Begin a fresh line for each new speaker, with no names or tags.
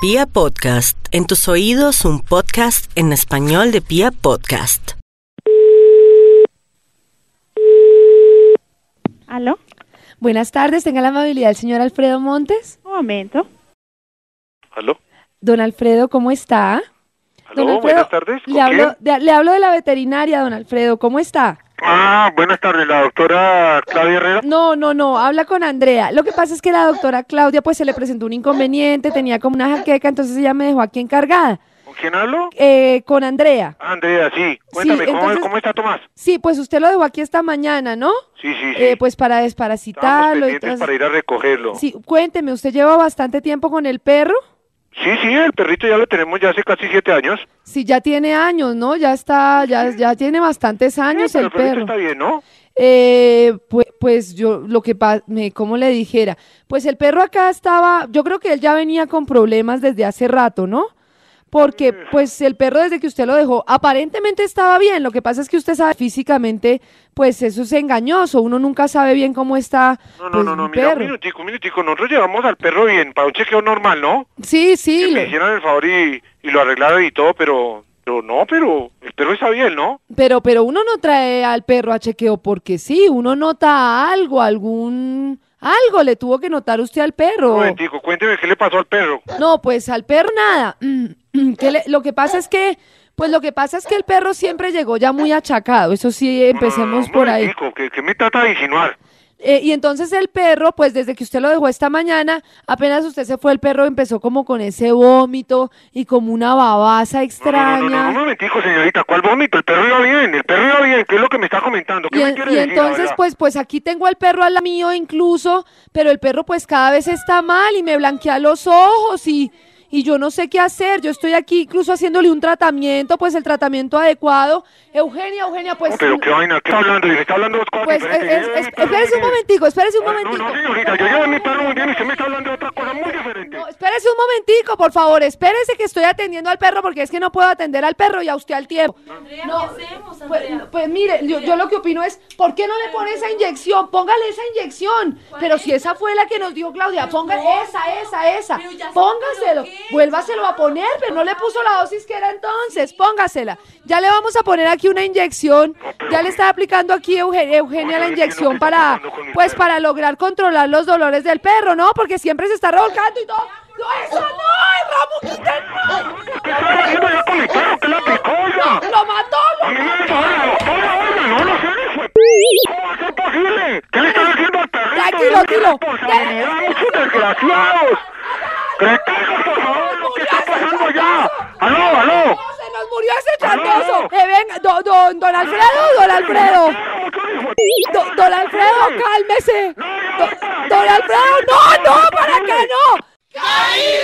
Pia Podcast, en tus oídos un podcast en español de Pia Podcast.
¿Aló?
Buenas tardes, tenga la amabilidad el señor Alfredo Montes.
Un momento.
¿Aló?
Don Alfredo, ¿cómo está?
¿Aló?
Don Alfredo,
buenas tardes. ¿Con
Le hablo,
quién?
de, le hablo de la veterinaria, don Alfredo, ¿cómo está?
Ah, buenas tardes, la doctora Claudia Herrera.
No, no, no, habla con Andrea. Lo que pasa es que la doctora Claudia pues se le presentó un inconveniente, tenía como una jaqueca, entonces ella me dejó aquí encargada.
¿Con quién hablo?
Eh, con Andrea.
Ah, Andrea, sí. Cuéntame, ¿cómo,
entonces-
cómo está Tomás?
Sí, pues usted lo dejó aquí esta mañana, ¿no?
Sí, sí, sí.
Eh, pues para
Estábamos
desparasitarlo y
pendientes
todo eso.
para ir a recogerlo. Sí.
Sí, cuénteme, ¿usted lleva bastante tiempo con el perro?
sí, el perrito ya lo tenemos ya hace casi siete años.
Sí, ya tiene años, ¿no? Ya está, ya, ya tiene bastantes años
Pero
el perro.
está bien, ¿no?
Eh, pues, pues yo lo que pa- me como le dijera, pues el perro acá estaba, yo creo que él ya venía con problemas desde hace rato, ¿no?
Mm.
Porque pues el perro desde que usted lo dejó aparentemente estaba bien, lo que pasa es que usted sabe físicamente, pues eso es engañoso, uno nunca sabe bien cómo está
No, no,
pues,
no, no,
un
mira, un
perro.
minutico, un minutico. Nosotros llevamos al perro bien, para un chequeo normal, ¿no?
Sí,
Que
sí,
me
lo-
hicieran el favor y, y lo arreglaron y todo, pero, pero no, pero el perro está bien, ¿no?
pero pero uno no trae al perro a chequeo porque sí, uno nota algo, algún algo le tuvo que notar usted al
Un
perro.
momentico, cuénteme qué le pasó al perro.
No, pues al perro nada. Que le- lo que pasa es que, pues lo que pasa es que el perro siempre llegó ya muy achacado. Eso sí, empecemos
Ah,
por ahí.
momentico, ¿Qué qué me trata de insinuar?
Eh, y entonces el perro, pues desde que usted lo dejó esta mañana, apenas usted se fue, el perro empezó como con ese vómito y como una babaza
No, no, no, no, no, un
extraña.
momentico, señorita, ¿cuál vómito? El perro iba bien, el perro iba bien, ¿qué es lo que me está comentando? ¿Qué
Y,
me
en-
quiere
y
decir, la
entonces,
verdad?
pues, pues aquí tengo al perro al mío incluso, pero el perro pues cada vez está mal y me blanquea los ojos y, y yo no sé qué hacer. Yo estoy aquí incluso haciéndole un tratamiento, pues el tratamiento adecuado. Eugenia, Eugenia, pues...
No, pero qué vaina, ¿qué está hablando? Y me está hablando dos cosas
Pues es- es-
diferentes. Yo llevo a mi
es- espérese un
perro muy bien.
momentico, espérese un
No,
momentico.
no, señorita, yo llevo a mi perro muy bien y usted me está hablando de otra cosa muy diferente.
No, espérese un momentico, por favor, espérese que estoy atendiendo al perro porque es que no puedo atender al perro y a usted al tiempo. No, pues, pues mire, yo, yo lo que opino es, ¿por qué no le pone esa inyección? Póngale esa inyección. Pero si esa fue la que nos dijo Claudia, póngale esa, esa, esa. Póngaselo, vuélvaselo a poner, pero no le puso la dosis que era entonces, póngasela. Ya le vamos a poner aquí una inyección, ya le está aplicando aquí Euge- Eugenia
Oye,
la
es que no
inyección
me está
para,
tocando con mi
pues
perro.
para lograr controlar los dolores del perro, ¿no? Porque siempre se está revolcando y todo. ¡No, eso no! ¡Ay, ¡Ramo, quita
¿Qué está haciendo ya con mi perro? ¿Qué la picó, oiga?
el- ¡Lo mató!
A
lo-
mí me dejó la doctora, oiga, no lo sé, ni fue- ¿Cómo va a ser posible? ¿Qué le están haciendo al perrito?
Tranquilo,
Es mi
tranquilo.
responsabilidad, muchos desgraciados. Retacos, por favor, lo que está pasando allá. Aló, aló.
¡No, se nos murió ese chantoso! Eh, venga, don, don, don Alfredo, don Alfredo. Do- don Alfredo, cálmese. Do- don Alfredo, no, no, para acá no. ¡Caído!